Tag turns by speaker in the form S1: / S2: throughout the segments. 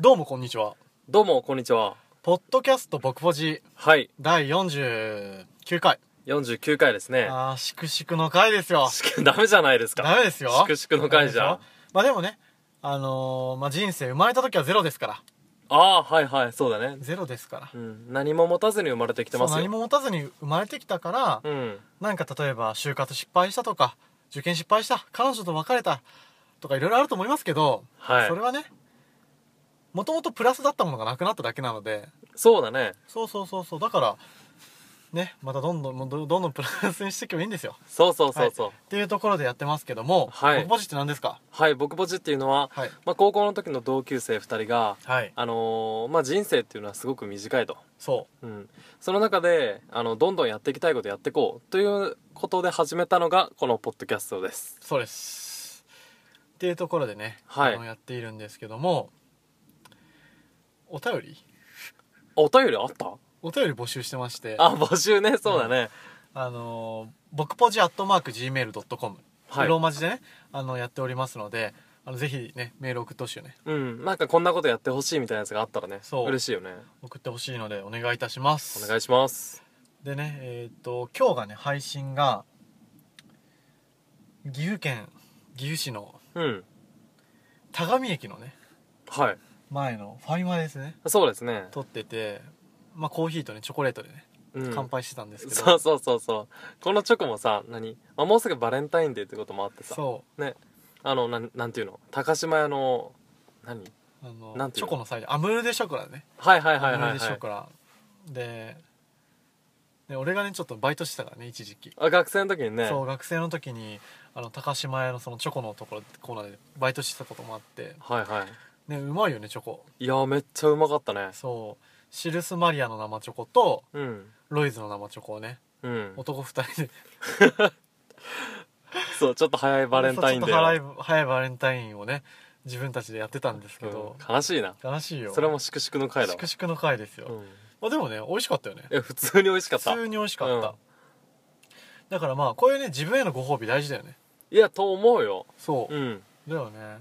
S1: どうもこんにちは。
S2: どうもこんにちは
S1: ポッドキャスト僕ポジ
S2: はい
S1: 第49回。
S2: 49回ですね
S1: あー、しくしくの回ですよ。
S2: しくダメじゃないです
S1: ダ
S2: か
S1: メですよ。
S2: しくしくの回じゃん
S1: ダメですよ。まあでもね、あのー、まあ人生生まれた時はゼロですから。
S2: ああーはいはいそうだね
S1: ゼロですから。
S2: うん何も持たずに生まれてきて
S1: そう
S2: ますよ
S1: 何も持たずに生まれてきたから、
S2: うん
S1: なんか例えば就活失敗したとか、受験失敗した、彼女と別れたとかいろいろあると思いますけど、
S2: はい
S1: それはね、もともとプラスだったものがなくなっただけなので、
S2: そうだね
S1: そうそうそうそうだからねまたどんどんもうどどんどんプラスにしていけばいいんですよ
S2: そうそうそうそう
S1: っていうところでやってますけども
S2: はい
S1: 僕ポジって何ですか
S2: はい、僕ぼちっていうのは、
S1: はい
S2: まあ、高校の時の同級生2人が
S1: はい
S2: あのーまあ人生っていうのはすごく短いと
S1: そ
S2: うん、その中であのどんどんやっていきたいことやっていこうということで始めたのがこのポッドキャストです
S1: うそうですっていうところでね、
S2: はい
S1: あのやっているんですけどもお便り
S2: あお便りあった
S1: お便り募集してましてあ
S2: あ募集ねそうだね、
S1: の僕ポジアットマーク Gmail.com
S2: はい
S1: ローマ字でねあのやっておりますのであのぜひねメール送ってほしいよね
S2: うんなんかこんなことやってほしいみたいなやつがあったらね
S1: そう
S2: 嬉しいよね
S1: 送ってほしいのでお願いいたします
S2: お願いします
S1: でねえっ、と今日がね配信が岐阜県岐阜市の
S2: うん
S1: 田上駅のね
S2: はい
S1: 前のファミマですね
S2: そうですね、
S1: 撮っててまあコーヒーとねチョコレートでね
S2: うん、
S1: 乾杯してたんですけど、
S2: そうそうそうそうこのチョコもさ何、まあ、もうすぐバレンタインデーってこともあってさ
S1: そ
S2: ねあのなんなんていうの高島屋の何
S1: うあの
S2: なんて
S1: チ
S2: いう
S1: ョコ
S2: の
S1: のサイズアムール・デ・ショコラね、
S2: はいはいはい
S1: アムー
S2: はい、
S1: ル・デ・シ
S2: は
S1: ョ
S2: い
S1: コ、ラでで俺がねちょっとバイトしてたからね一時期、
S2: あ学生の時にね
S1: そう
S2: は
S1: 学生の時にあの高島屋のそのチョコのところコーナーでバイトしてたこともあって
S2: いはい
S1: ねうまいよねチョコ
S2: いやめっちゃうまかったね
S1: そうシルスマリアの生チョコと
S2: うん
S1: ロイズの生チョコをね
S2: うん
S1: 男2人で
S2: そうちょっと早いバレンタイン
S1: ち
S2: デ
S1: ょっと
S2: ー
S1: 早い早いバレンタインをね自分たちでやってたんですけど、
S2: うん悲しいな
S1: 悲しいよ
S2: それもしくしくの回だわ
S1: しくしくの回ですよ、
S2: うん
S1: まあ、でもね美味しかったよね
S2: え普通に美味しか
S1: 普
S2: った
S1: 通に美味しかった、
S2: うん
S1: だからまあこういうね自分へのご褒美大事だよね
S2: いやと思うよ
S1: そう、
S2: うん
S1: だよね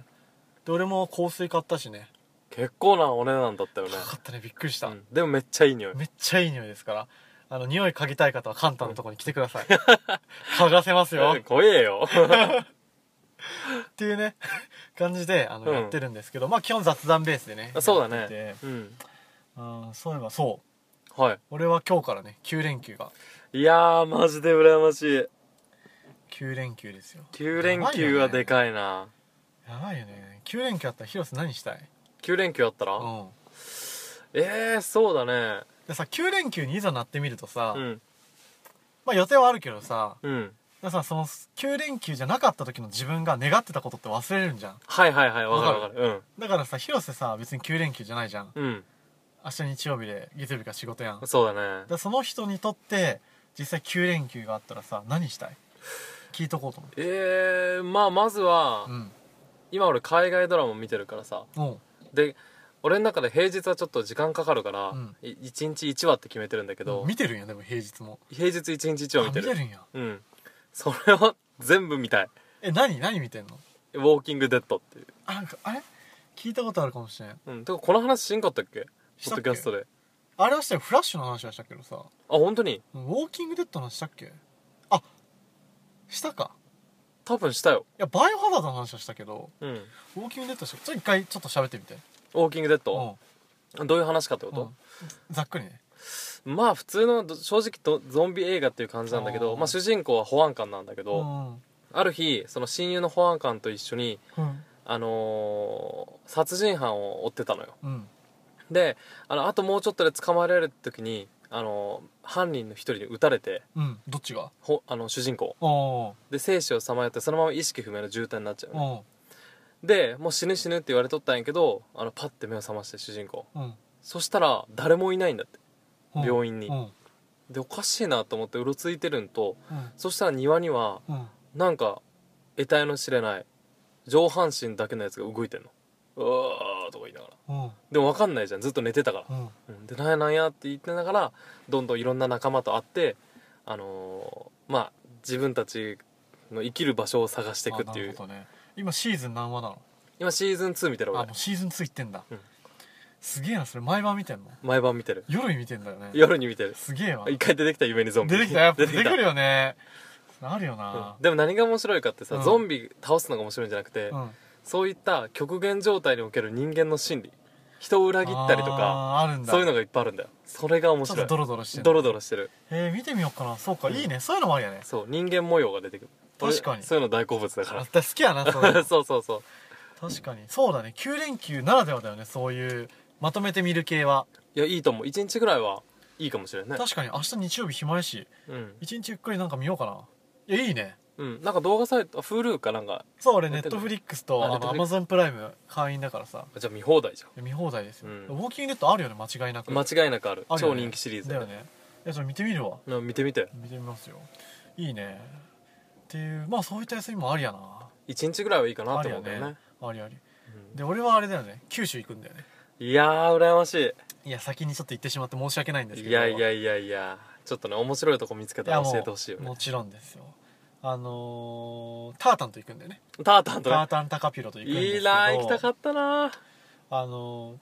S1: で俺も香水買ったしね
S2: 結構なお値段だったよね
S1: 高かったねびっくりした、
S2: うんでもめっちゃいい匂い
S1: めっちゃいい匂いですからあの匂い嗅ぎたい方はカンタのとこに来てくださ い嗅がせますよ
S2: うん怖えよ
S1: っていうね 感じであの、
S2: うん
S1: やってるんですけどまあ基本雑談ベースでね
S2: あそうだね
S1: やってて
S2: うん
S1: あーそういえばそう
S2: は
S1: 俺は今日からね9連休が
S2: いいやーマジで羨ましい
S1: 9連休ですよ
S2: 9連休はで
S1: い
S2: かいな
S1: やばいよね9連休あったら広瀬何したい
S2: 9連休あったら
S1: うん
S2: ええそうだね
S1: でさ9連休にいざなってみるとさ、
S2: うん
S1: まあ予定はあるけどさ
S2: うん
S1: でさその9連休じゃなかった時の自分が願ってたことって忘れるんじゃん
S2: はいはいはいわかるわかる
S1: だからさ広瀬さ別に9連休じゃないじゃん
S2: うん
S1: 明日日曜日で月曜日から仕事やん
S2: うんそうだね
S1: でその人にとって実際9連休があったらさ何したい聞いとこうと思って
S2: ええまあまずは
S1: うん
S2: 今俺海外ドラマ見てるからさ
S1: おう
S2: で俺の中で平日はちょっと時間かかるから
S1: うん
S2: い1日1話って決めてるんだけど
S1: 見てるんやでも平日も
S2: 平日1日1話見て
S1: あ見
S2: る
S1: てるんや
S2: うんそれを全部見たい
S1: え何何見てんの
S2: 「ウォーキングデッド」っていう
S1: あなんかあれ聞いたことあるかもしれん
S2: うんてかこの話しんかったっけ
S1: し
S2: ポ
S1: た
S2: ッ
S1: っけ
S2: ドキャストで
S1: あれはしたよフラッシュの話はしたけどさ
S2: あ本当に
S1: ウォーキングデッドの話したっけあしたか
S2: 多分したよ
S1: いやバイオハザードの話はしたけど
S2: うん
S1: ウォーキングデッドしたちょっと一回ちょっと喋ってみて
S2: ウォーキングデッ
S1: う
S2: ド、どういう話かってこと、
S1: んざっくりね
S2: まあ普通のど正直どゾンビ映画っていう感じなんだけ
S1: あ
S2: ど
S1: ー
S2: まあ、主人公は保安官なんだけ
S1: う
S2: ど、
S1: ん
S2: ある日その親友の保安官と一緒に、
S1: うん
S2: あのー殺人犯を追ってたのよ
S1: うん
S2: であのあともうちょっとで捕まえられる時に、あのー犯人の一人に撃たれて
S1: うんどっちが
S2: ほあの主人公
S1: おう
S2: で生死をさまよってそのまま意識不明の重体になっちゃうのね、
S1: おう
S2: でもう死ぬ死ぬって言われとったんやけどあのパッて目を覚まして主人公
S1: うん
S2: そしたら誰もいないんだって
S1: うん
S2: 病院に
S1: うん
S2: でおかしいなと思ってうろついてるんと
S1: うん
S2: そしたら庭には
S1: うん
S2: なんか得体の知れない上半身だけのやつが動いてんのうわーとか言いながら
S1: うん
S2: でも分かんないじゃんずっと寝てたから
S1: うん
S2: うんでなんやなんやって言ってながらどんどんいろんな仲間と会ってあのーまあ自分たちの生きる場所を探していくってい
S1: あなる
S2: う
S1: ほどね今シーズン何話なの
S2: 今シーズン2見てる
S1: あ
S2: 俺
S1: もうシーズン2いってんだ、
S2: うん
S1: すげえなそれ毎晩見てんの
S2: 毎晩見てる
S1: 夜に見てんだよね
S2: 夜に見てる
S1: すげえな
S2: 一回出てきた夢にゾンビ
S1: 出てきたやっぱ
S2: 出
S1: 出
S2: て
S1: て
S2: きた
S1: くるよねあるよな
S2: うんでも何が面白いかってさ、
S1: うん
S2: ゾンビ倒すのが面白いんじゃなくて、
S1: うん
S2: そういった極限状態における人間の心理人を裏切ったりとか
S1: あーあるんだ
S2: そういうのがいっぱいあるんだよそれが面
S1: ちょっ
S2: 白
S1: と
S2: い
S1: ドロドロしてる
S2: ドロドロしてる
S1: えー、見てみようかなそうか、
S2: うん
S1: いいねそういうのもあるよね
S2: そう人間模様が出てくる
S1: 確かに
S2: 俺そういうの大好物だ
S1: あ
S2: か
S1: 私好きやなそういう
S2: ら
S1: の
S2: そうそうそう
S1: 確かにそうだね9連休ならではだよねそういうまとめて見る系はい
S2: やいいと思う一日ぐらいはいいかもしれないね
S1: 確かに明日日曜日暇やし
S2: うん、
S1: 一日ゆっくりなんか見ようかないやいいね
S2: うん、なんか動画サイト Hulu かなんか
S1: そう俺ネ
S2: やって
S1: ッ
S2: んの
S1: トフリックスと
S2: あ
S1: あのアマゾ
S2: Netflix
S1: ンプライム会員だからさ
S2: じゃあ見放題じゃ
S1: 見放題ですよ、
S2: うん
S1: ウォーキングデッドあるよね間違いなく
S2: ん間違いなくある
S1: あるよ
S2: 超
S1: ね
S2: 人気シリーズ
S1: だよねいやそれ見てみるわ
S2: うん見てみて
S1: 見てみますよいいねっていうまあそういった休みもありやな
S2: 一日ぐらいはいいかな
S1: あ
S2: と
S1: る
S2: 思
S1: よ
S2: うけど
S1: ね
S2: ね
S1: ありあり
S2: うん
S1: で俺はあれだよね九州行くんだよね
S2: いやー羨まし
S1: いや先にちょっと行ってしまって申し訳ないんです
S2: い
S1: けど
S2: いやいやいやいやちょっとね面白いとこ見つけたら
S1: いやもう
S2: 教えてほしいよね
S1: もちろんですよあのー、タータンと行くんだよね
S2: タータ
S1: タ
S2: ンとね
S1: ータンタカピロと行くんですけど
S2: いいなー行きたかったなー
S1: あのー、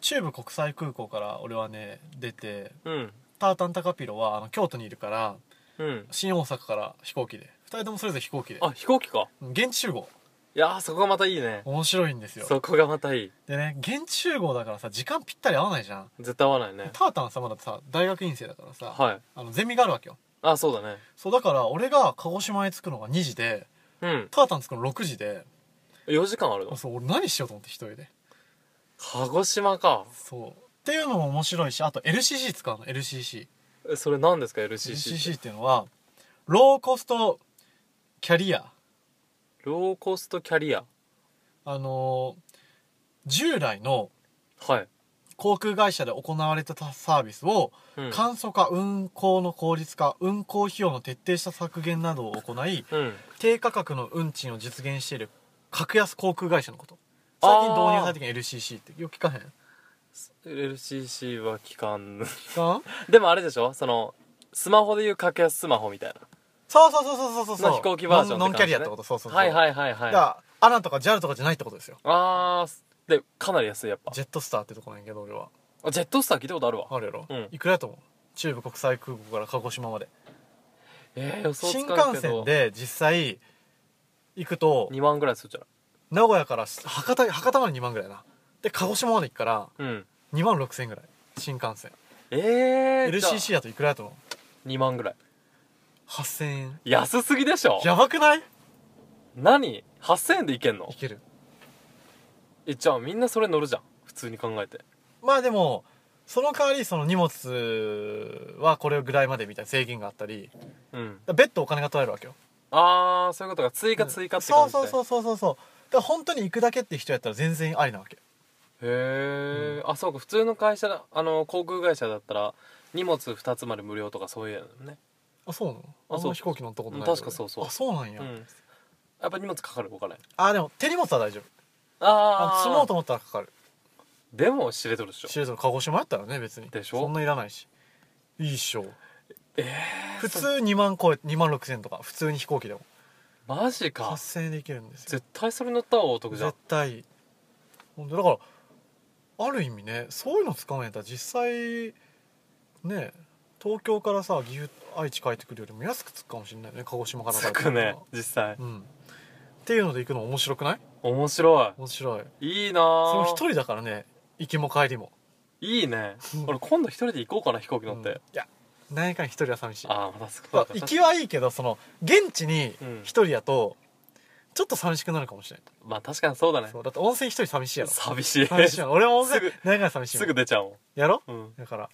S1: 中部国際空港から俺はね出て
S2: うん
S1: タータンタカピロはあの京都にいるから
S2: うん
S1: 新大阪から飛行機で2人ともそれぞれ飛行機で
S2: あ飛行機か
S1: 現地集合
S2: いやーそこがまたいいね
S1: 面白いんですよ
S2: そこがまたいい
S1: でね現地集合だからさ時間ぴったり合わないじゃん
S2: 絶対合わないね
S1: タータンはさまださ大学院生だからさ、
S2: はい
S1: あのゼミがあるわけよ
S2: あそうだね
S1: そうだから俺が鹿児島へ着くのが2時で
S2: うん
S1: タータン着くの6時で
S2: 4時間あるの
S1: そう俺何しようと思って一人で
S2: 鹿児島か
S1: そうっていうのも面白いしあと LCC 使うの LCCLCC
S2: えそれ何ですか LCC って
S1: っていうのはローコストキャリア
S2: ローコストキャリア
S1: あのー従来の
S2: はい、
S1: 航空会社で行われてたサービスを
S2: うん、
S1: 簡素化運航の効率化運航費用の徹底した削減などを行い
S2: うん
S1: 低価格の運賃を実現している格安航空会社のこと最近導入されてきた LCC ってよく聞かへん
S2: LCC は期間
S1: 聞かん
S2: でもあれでしょそのスマホでいう格安スマホみたいな
S1: そうそうそうそうそうそう
S2: まあ飛行機バージョンって感じね
S1: ノンノキャリアってことそうそうそう
S2: はいはいはいはい
S1: だからアナとか JAL とかじゃないってことですよ
S2: あーすでかなり安いやっぱ
S1: ジェットスターってとこなんやけど俺は
S2: あジェットスター聞いたことあるわ
S1: あるやろ、
S2: うん
S1: いくらやと思う中部国際空港から鹿児島まで
S2: えー、予想つ
S1: 新
S2: かない
S1: 幹
S2: けど
S1: 線で実際行くと
S2: 2万ぐらいするじゃ
S1: 名古屋から博多博多まで2万ぐらいなで鹿児島まで行くから
S2: んうん
S1: 2万6000円ぐらい新幹線
S2: ええー、
S1: LCC だといくらやと思う
S2: 2万ぐらい
S1: 8000円
S2: 安すぎでしょ
S1: やばくない
S2: 何8000円でいけんの
S1: いける
S2: えじゃあみんなそれ乗るじゃん普通に考えて
S1: まあでもその代わりその荷物はこれぐらいまでみたいな制限があったり
S2: うん
S1: 別途お金が取られるわけよ
S2: ああそういうことか追加追加って
S1: そ
S2: 感
S1: う
S2: じで、
S1: そうそううそうそうそうだから本当に行くだけって人やったら全然ありなわけ
S2: へえ、あそうか普通の会社だあの航空会社だったら荷物2つまで無料とかそういうのね
S1: あそうなの
S2: あ
S1: あん
S2: そう
S1: ま飛行機乗ったことない
S2: うん確かそうそう
S1: あそうなんや、
S2: うんやっぱ荷物かかるお金
S1: あでも手荷物は大丈夫あ
S2: ああ
S1: の積もうと思ったらかかる
S2: でも知れとるでしょ
S1: シーズン鹿児島やったらね別に
S2: でしょ
S1: そんないらないしいいっしょ
S2: え
S1: 普通2万超え2万6000とか普通に飛行機でも
S2: マジか
S1: 8000円で行けるんですよ
S2: 絶対それ乗った方がお得じゃん
S1: 絶対ほんとだからある意味ねそういうの使うんやったら実際ね東京からさ岐阜愛知帰ってくるよりも安くつくかもしれないよね鹿児島から帰っ
S2: つ
S1: てく
S2: く
S1: るから
S2: ね実際
S1: うんっていうので行くの面白くない
S2: 面白
S1: 面白い
S2: いいいな
S1: そ
S2: ー
S1: の一人だからね行きも帰りも、
S2: いいね
S1: うん
S2: 俺今度一人で行こうかな飛行機乗っ
S1: うんい
S2: て、
S1: や何やかん一人は寂しい
S2: ああまたす
S1: まあ
S2: ご
S1: 行きはいいけどその現地に
S2: うん
S1: 一人やとちょっと寂しくなるかもしれない、
S2: まあ確かにそうだね
S1: そうだって温泉一人寂しいやろ
S2: 寂しい
S1: 寂しいやろ俺も温泉
S2: す
S1: 長いから寂しいも
S2: す
S1: ん
S2: ぐ出ちゃうも
S1: やろ
S2: ん、 うん、
S1: だから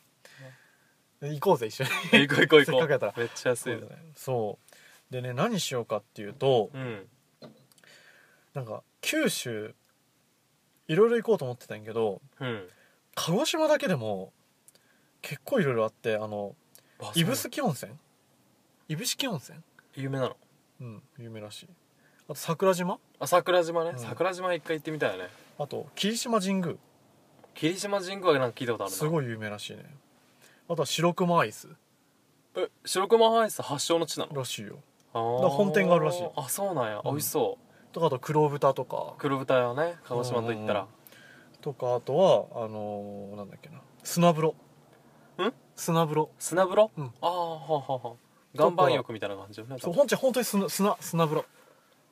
S1: 行こうぜ一緒に
S2: 行こう行こう
S1: せっかくやった
S2: 行こ
S1: ら
S2: うめっちゃ安いね
S1: そうでね何しようかっていうと
S2: うん
S1: なんか九州いろいろ行こうと思ってたんやけど
S2: うん
S1: 鹿児島だけでも結構いろいろあってあの
S2: あ
S1: 指宿温泉指宿温泉
S2: そう有名なの
S1: うん有名らしいあと桜島
S2: あ桜島ね、
S1: うん
S2: 桜島一回行ってみたいよね
S1: あと霧島神宮
S2: 霧島神宮はなんか聞いたことあるな
S1: すごい有名らしいねあとは白熊アイス
S2: え白熊アイス発祥の地なの
S1: らしいよ
S2: あ
S1: だ
S2: ー
S1: から本店があるらしい
S2: あそうなんや、
S1: うん
S2: 美味しそう
S1: とかあと黒豚とか
S2: 黒豚よね鹿児島といったら、
S1: うんとかあとはあのーなんだっけな砂風呂
S2: ん
S1: 砂風呂
S2: 砂風呂、
S1: うん
S2: ああはあはあはあ岩盤浴みたいな感じよね
S1: そうほんちゃん本当に砂砂砂風呂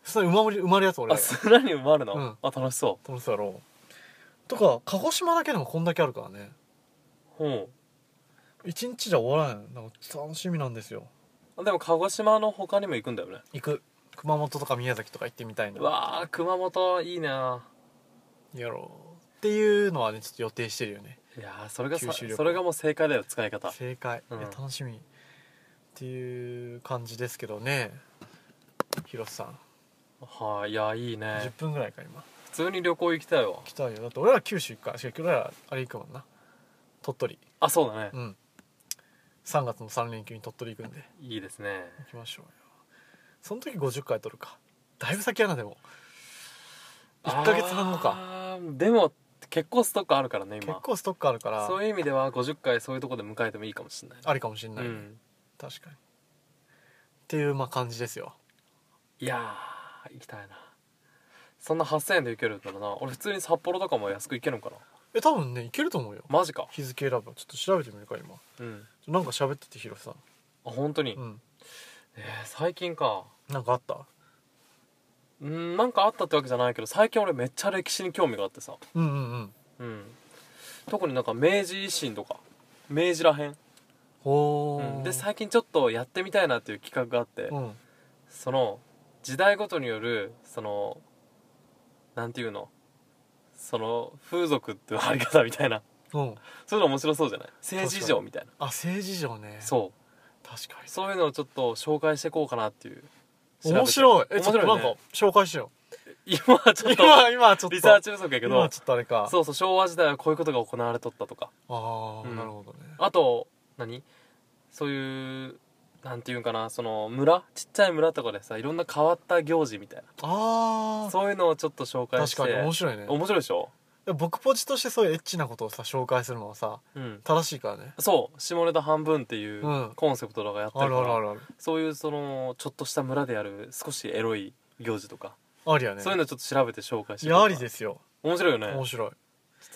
S1: 砂に埋まり埋まるやつ俺
S2: あ砂に埋まるの、
S1: うん
S2: あ楽しそ
S1: 楽しそうやろとか鹿児島だけでもこんだけあるからね
S2: ううん
S1: 一日じゃ終わらんなんか楽しみなんですよ
S2: あでも鹿児島の他にも行くんだよね
S1: 行く熊本とか宮崎とか行ってみたいな
S2: うわあ熊本いいな
S1: やろうっていうのはねちょっと予定してるよね
S2: いやーそれがさ
S1: 九州旅行
S2: それがもう正解だよ使い方
S1: 正解、
S2: うん
S1: いや楽しみっていう感じですけどね広瀬さん、
S2: はいいやいい
S1: 10
S2: ね
S1: 分ぐらいか今
S2: 普通に旅行行きたいわ
S1: 来たいよだって俺ら九州行くからしかも俺らあれ行くもんな鳥取
S2: あそうだね
S1: うん3月の3連休に鳥取行くんで
S2: いいですね
S1: 行きましょうよその時50回撮るかだいぶ先やなでも1ヶ月半後か
S2: かでも結構ストックあるからね
S1: 結
S2: 今
S1: 構ストックあるから
S2: そういう意味では50回そういうとこで迎えてもいいかもしれない
S1: ありかもしんない、
S2: うん
S1: 確かにっていうまあ感じですよ
S2: いやー行きたいなそんな8000円で行けるんだろうな俺普通に札幌とかも安く行けるのかな
S1: え多分ねいけると思うよ
S2: マジか
S1: 日付選ぶちょっと調べてみるか今
S2: うん
S1: なんか喋ってて広瀬さ
S2: あ本当に、
S1: んうん
S2: えー最近か
S1: なんかあった
S2: うんなんかあったってわけじゃないけど最近俺めっちゃ歴史に興味があってさ
S1: うんうんうん
S2: うん特になんか明治維新とか明治らへん、
S1: ほ
S2: う
S1: ー
S2: ん、で最近ちょっとやってみたいなっていう企画があって、
S1: うん
S2: その時代ごとによるそのなんていうのその風俗っていうあり方みたいな
S1: うん
S2: そういうの面白そうじゃない政治上みたいな
S1: あ政治上ねう
S2: そう
S1: 確かに
S2: そういうのをちょっと紹介していこうかなっていう
S1: 面白いえ
S2: 面
S1: ちょっと
S2: 白い、ね、
S1: なんか紹介しよ
S2: 今はち
S1: う
S2: ょっと
S1: 今今ちょっと
S2: リサーチ不足やけ
S1: 今
S2: ど
S1: はちょっとあれか
S2: そうそう昭和時代はこういうことが行われとったとか
S1: ああ、
S2: うん
S1: なるほどね
S2: あと何そういうなんていうんかなその村ちっちゃい村とかでさいろんな変わった行事みたい
S1: あ
S2: な
S1: あ
S2: そういうのをちょっと紹介し
S1: 確
S2: て
S1: かに面白いね
S2: 面白いでしょ、
S1: 僕ポジとしてそういうエッチなことをさ紹介するのはさ
S2: うん、
S1: 正しいからね
S2: そう下ネタ半分っていう
S1: うん
S2: コンセプトとかやって
S1: あ
S2: る
S1: る
S2: か
S1: あ
S2: ら、
S1: るあるある
S2: そういうそのちょっとした村でやる少しエロい行事とか、
S1: ありやね
S2: そういうのちょっと調べて紹介して
S1: い
S2: いこ
S1: や
S2: うか
S1: ありですよ
S2: 面白いよねちょ
S1: 面
S2: っ
S1: 白い
S2: と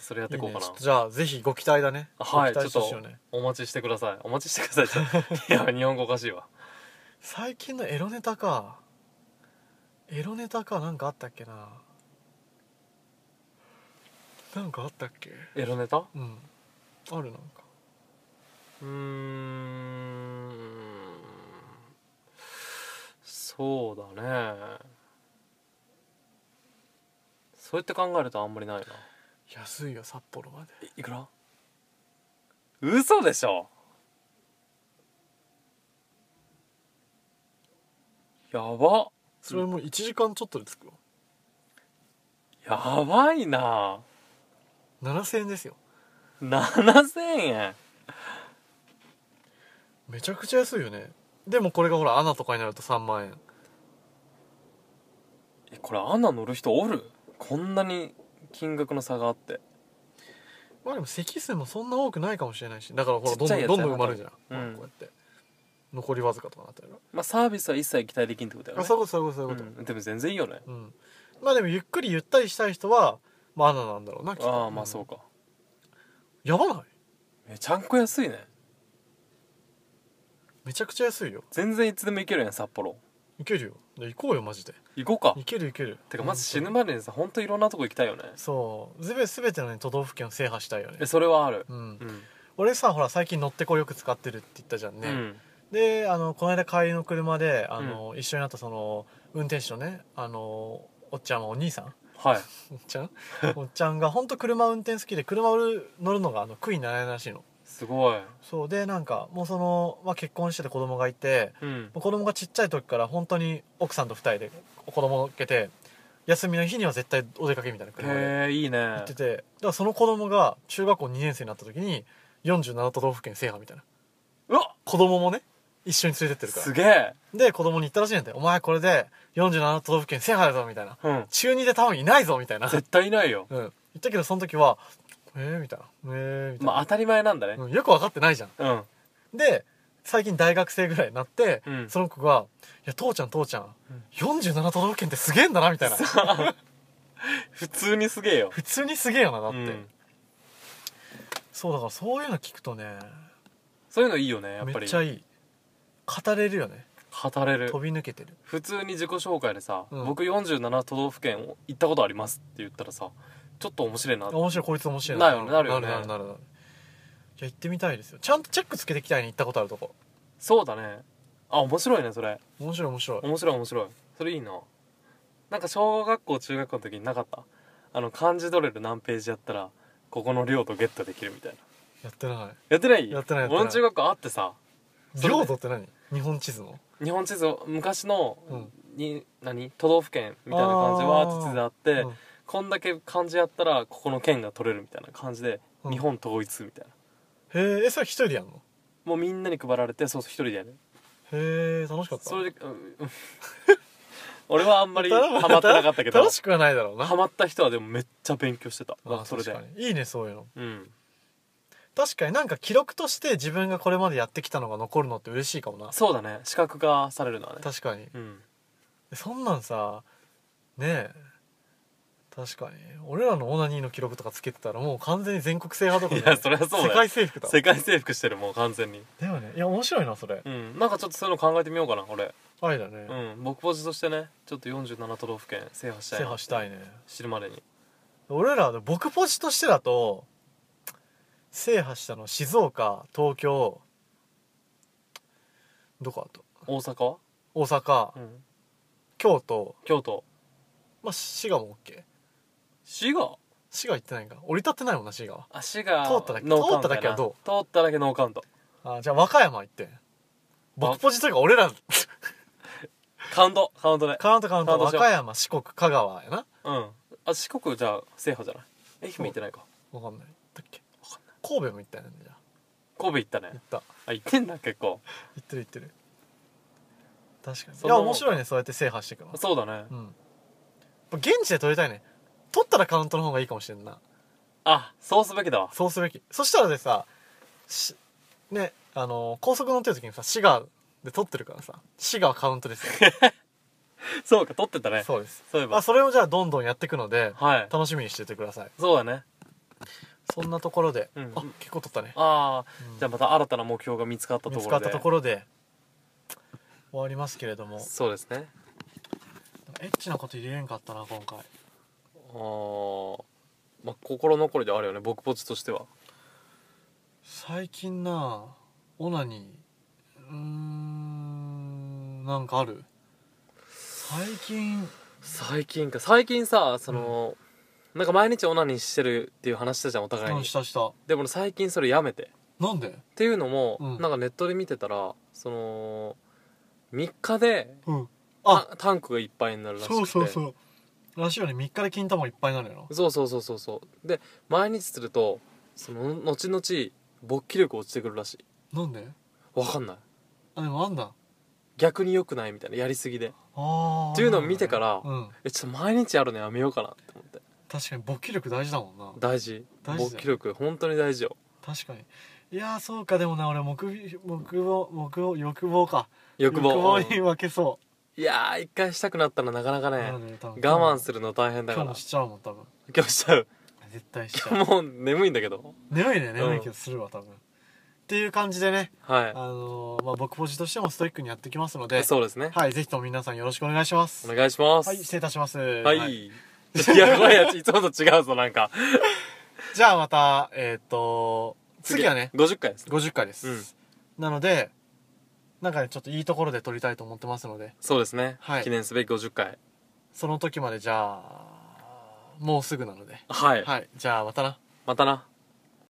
S2: それやっていこうか
S1: ね
S2: な
S1: ちょっとじゃあぜひご期待だね
S2: あはい
S1: ご期待してほしいよね
S2: お待ちしてくださいお待ちしてくださいって いや日本語おかしいわ
S1: 最近のエロネタかエロネタかなんかあったっけななんかあったっけ
S2: エロネタ
S1: うんあるなんか
S2: うーんそうだねそうやって考えるとあんまりないな
S1: 安いよ札幌まで
S2: えいくら嘘でしょやば
S1: それも1時間ちょっとで着くよ
S2: やばいな
S1: 7000円ですよ
S2: 7000円
S1: めちゃくちゃ安いよねでもこれがほらアナとかになると3万円
S2: えこれアナ乗る人おるこんなに金額の差があって
S1: まあでも席数もそんな多くないかもしれないしだからほら
S2: ち
S1: どん
S2: っち
S1: ど
S2: ゃい
S1: ん
S2: やつ
S1: どんどん埋まるじゃん、
S2: うん
S1: こうやって残りわずかとかなったら、
S2: まあサービスは一切期待できんってことだよ
S1: あ
S2: ね
S1: そういうことそういうことそういうこと、
S2: うん、でも全然いいよね
S1: うんまあでもゆっくりゆったりしたい人はまあアナなんだろうなきっと
S2: ああまあそうか
S1: うんやばない
S2: めちゃんこ安いね
S1: めちゃくちゃ安いよ
S2: 全然いつでも行けるやん札幌
S1: いけるよで行こうよマジで
S2: 行こうか
S1: いけるいける
S2: てかまず死ぬ
S1: 本
S2: までにさほんといろんなとこ行きたいよね
S1: 当にそうすべすべてのね都道府県を制覇したいよね
S2: えそれはある
S1: うん
S2: うん
S1: 俺さほら最近乗ってこよく使ってるって言ったじゃんね、
S2: うん
S1: であのこの間帰りの車であの、一緒になったその運転手のねあのおっちゃんお兄さん
S2: はい
S1: おっちゃ んおっちゃんが本当車運転好きで車を乗るのがあの悔いならないらしいの
S2: すごい
S1: そうでなんかもうその、まあ、結婚してて子供がいて
S2: うん
S1: もう子供がちっちゃい時から本当に奥さんと二人で子供を乗っけて休みの日には絶対お出かけみたいな車で
S2: へえい
S1: 行
S2: いね
S1: っててだからその子供が中学校2年生になった時に47都道府県制覇みたいな
S2: うわ
S1: 子供もね一緒に連れてってるから
S2: すげえ
S1: で子供に言ったらしいんだよ「お前これで47都道府県制覇だぞ」みたいな
S2: うん
S1: 「中2で多分いないぞ」みたいな、うん、
S2: 絶対いないよ
S1: 言ったけどその時は「えー?」みたいな「えー?」みたいな、
S2: まあ当たり前なんだね
S1: うんよく分かってないじゃん
S2: うん
S1: で最近大学生ぐらいになって、
S2: うん
S1: その子が「いや父ちゃん父ちゃん、
S2: うん
S1: 47都道府県ってすげえんだな」みたいな
S2: 普通にすげえよ
S1: 普通にすげえよなだって、
S2: うん
S1: そうだからそういうの聞くとね
S2: そういうのいいよねやっ
S1: め
S2: ぱ
S1: っ
S2: り
S1: ちゃいい語れるよね
S2: 語れる
S1: 飛び抜けてる
S2: 普通に自己紹介でさ、
S1: うん
S2: 僕47都道府県を行ったことありますって言ったらさちょっと面白いな
S1: 面白いこいつ面白い
S2: なるよねなるよね
S1: なるなるなるいや行ってみたいですよちゃんとチェックつけてきたいね行ったことあるとこ
S2: そうだねあ面白いねそれ
S1: 面白い面白い
S2: 面白い面白いそれいいななんか小学校中学校の時になかったあの漢字ドリル何ページやったらここの領土ゲットできるみたいな
S1: やってない
S2: やってない
S1: やってないやってない
S2: 俺の中学校あってさそれ
S1: 領土って何日本地図の
S2: 日本地図を昔の、
S1: うん
S2: に何都道府県みたいな感じでわーって地図であって、
S1: うん
S2: こんだけ漢字やったらここの県が取れるみたいな感じで、
S1: うん
S2: 日本統一みたいな
S1: へええそれ一人でやんの
S2: もうみんなに配られてそうそう一人でやる
S1: へえ楽しかった
S2: それで、うんうん 俺はあんまり
S1: 楽し
S2: ハマってなかったけど
S1: 楽しくはないだろうな
S2: ハマった人はでもめっちゃ勉強してた
S1: まあ
S2: それで
S1: 確かにいいねそういうの
S2: うん
S1: 確かになんか記録として自分がこれまでやってきたのが残るのって嬉しいかもな
S2: そうだね視覚化されるのはね
S1: 確かに
S2: うん
S1: そんなんさねえ確かに俺らのオナニーの記録とかつけてたらもう完全に全国制覇とか
S2: いやそりゃそうだよ
S1: 世界征服だ
S2: 世界征服してるもう完全に
S1: でもねいや面白いなそれ
S2: うんなんかちょっとそういうの考えてみようかな俺
S1: 愛だね、
S2: うん僕ポジとしてねちょっと47都道府県制覇したい
S1: 制覇した
S2: い
S1: いね
S2: 知るまでに
S1: 俺ら僕ポジとしてだと制覇したの静岡東京どこあと
S2: 大阪は、
S1: 大阪
S2: ん、
S1: 京都
S2: 京都
S1: まあ滋賀も OK
S2: 滋賀
S1: 滋賀行ってないんか降り立ってないもんな滋賀は
S2: あ滋賀
S1: 通っただけ
S2: ノーカウ
S1: 通っ
S2: ント
S1: ただけはどう
S2: やな通っただけノーカウント
S1: あじゃあ和歌山行って僕ポジというか俺ら
S2: カウントカウントで
S1: カウントカウン
S2: カウ
S1: ト和
S2: ントしよう
S1: 歌山四国香川やな
S2: うんあ四国じゃあ制覇じゃない愛媛行ってないか
S1: わかんないだっけ神戸も行ったよねじゃあ
S2: 神戸行った
S1: 行
S2: ね
S1: った
S2: あ行ってんだ結構
S1: 行ってる行ってる確かにい
S2: そんな
S1: や
S2: もん
S1: 面白いねそうやって制覇していくの
S2: そうだね
S1: うんやっぱ現地で取りたいね取ったらカウントの方がいいかもしれんな
S2: あそうすべきだわ
S1: そうすべきそしたらでさしねあのー高速乗ってる時にさ滋賀で取ってるからさ滋賀はカウントですよ
S2: そうか撮ってたね
S1: そうです
S2: そういえば
S1: あそれをじゃあどんどんやっていくので
S2: はい
S1: 楽しみにしててください
S2: そうだね
S1: そんなところで、
S2: うん
S1: あ結構取ったね
S2: ああ
S1: うん
S2: じゃあまた新たな目標が見つかったところ
S1: 見
S2: で
S1: つかったところで終わりますけれども
S2: そうですね
S1: エッチなこと入れれんかったな今回
S2: あーまあ心残りではあるよね僕ポチとしては
S1: 最近なオナニーうーんなんかある最近
S2: 最近か最近さその、なんか毎日オナニーしてるっていう話したじゃんお互い
S1: 何
S2: に
S1: したした
S2: でも俺最近それやめて
S1: なんで
S2: っていうのも、
S1: うん
S2: なんかネットで見てたらその3日で
S1: うんあ
S2: タタンクがいっぱいになるらしくて
S1: そうそうそうらしいよね3日で金玉いっぱいになるよ
S2: そうそうそうそうそうで毎日するとその後々勃起力落ちてくるらしい
S1: ななんで
S2: わかんない
S1: あでもあんだ
S2: 逆に良くないみたいなやりすぎで
S1: ああ
S2: っていうのを見てから
S1: うん
S2: えちょっと毎日やるのやめようかなって思って
S1: 確かに勃起力大事だもんな
S2: 大事
S1: 大事だよ
S2: 勃起力本当に大事よ
S1: 確かにいやーそうかでもな俺目目望目望欲望か
S2: 欲望
S1: に
S2: うん
S1: 負けそ
S2: いやー一回したくなったらなかなか
S1: う、
S2: ね
S1: なので多分
S2: 我慢するの大変だ
S1: 今日
S2: から
S1: もしちゃうもん多分
S2: 今日しちゃう
S1: 絶対しちゃう
S2: 今日もう眠いんだけど
S1: 眠いね
S2: ん
S1: 眠いけどするわ多分、っていう感じでね、あ
S2: は
S1: のーまあ、僕ポジとしてもストイックにやってきますの
S2: い
S1: で
S2: そうですね
S1: はいぜひとも皆さんよろしくお願いします
S2: お願いします
S1: はい失礼いたします
S2: はい、
S1: はい
S2: い、やばいやついつもと違うぞなんか
S1: じゃあまたえっ、と次はね
S2: 50回ですね
S1: 50回です、なのでなんかねちょっといいところで撮りたいと思ってますので
S2: そうですね、
S1: はい
S2: 記念すべき50回
S1: その時までじゃあもうすぐなので
S2: はい、
S1: はいじゃあまたな
S2: またな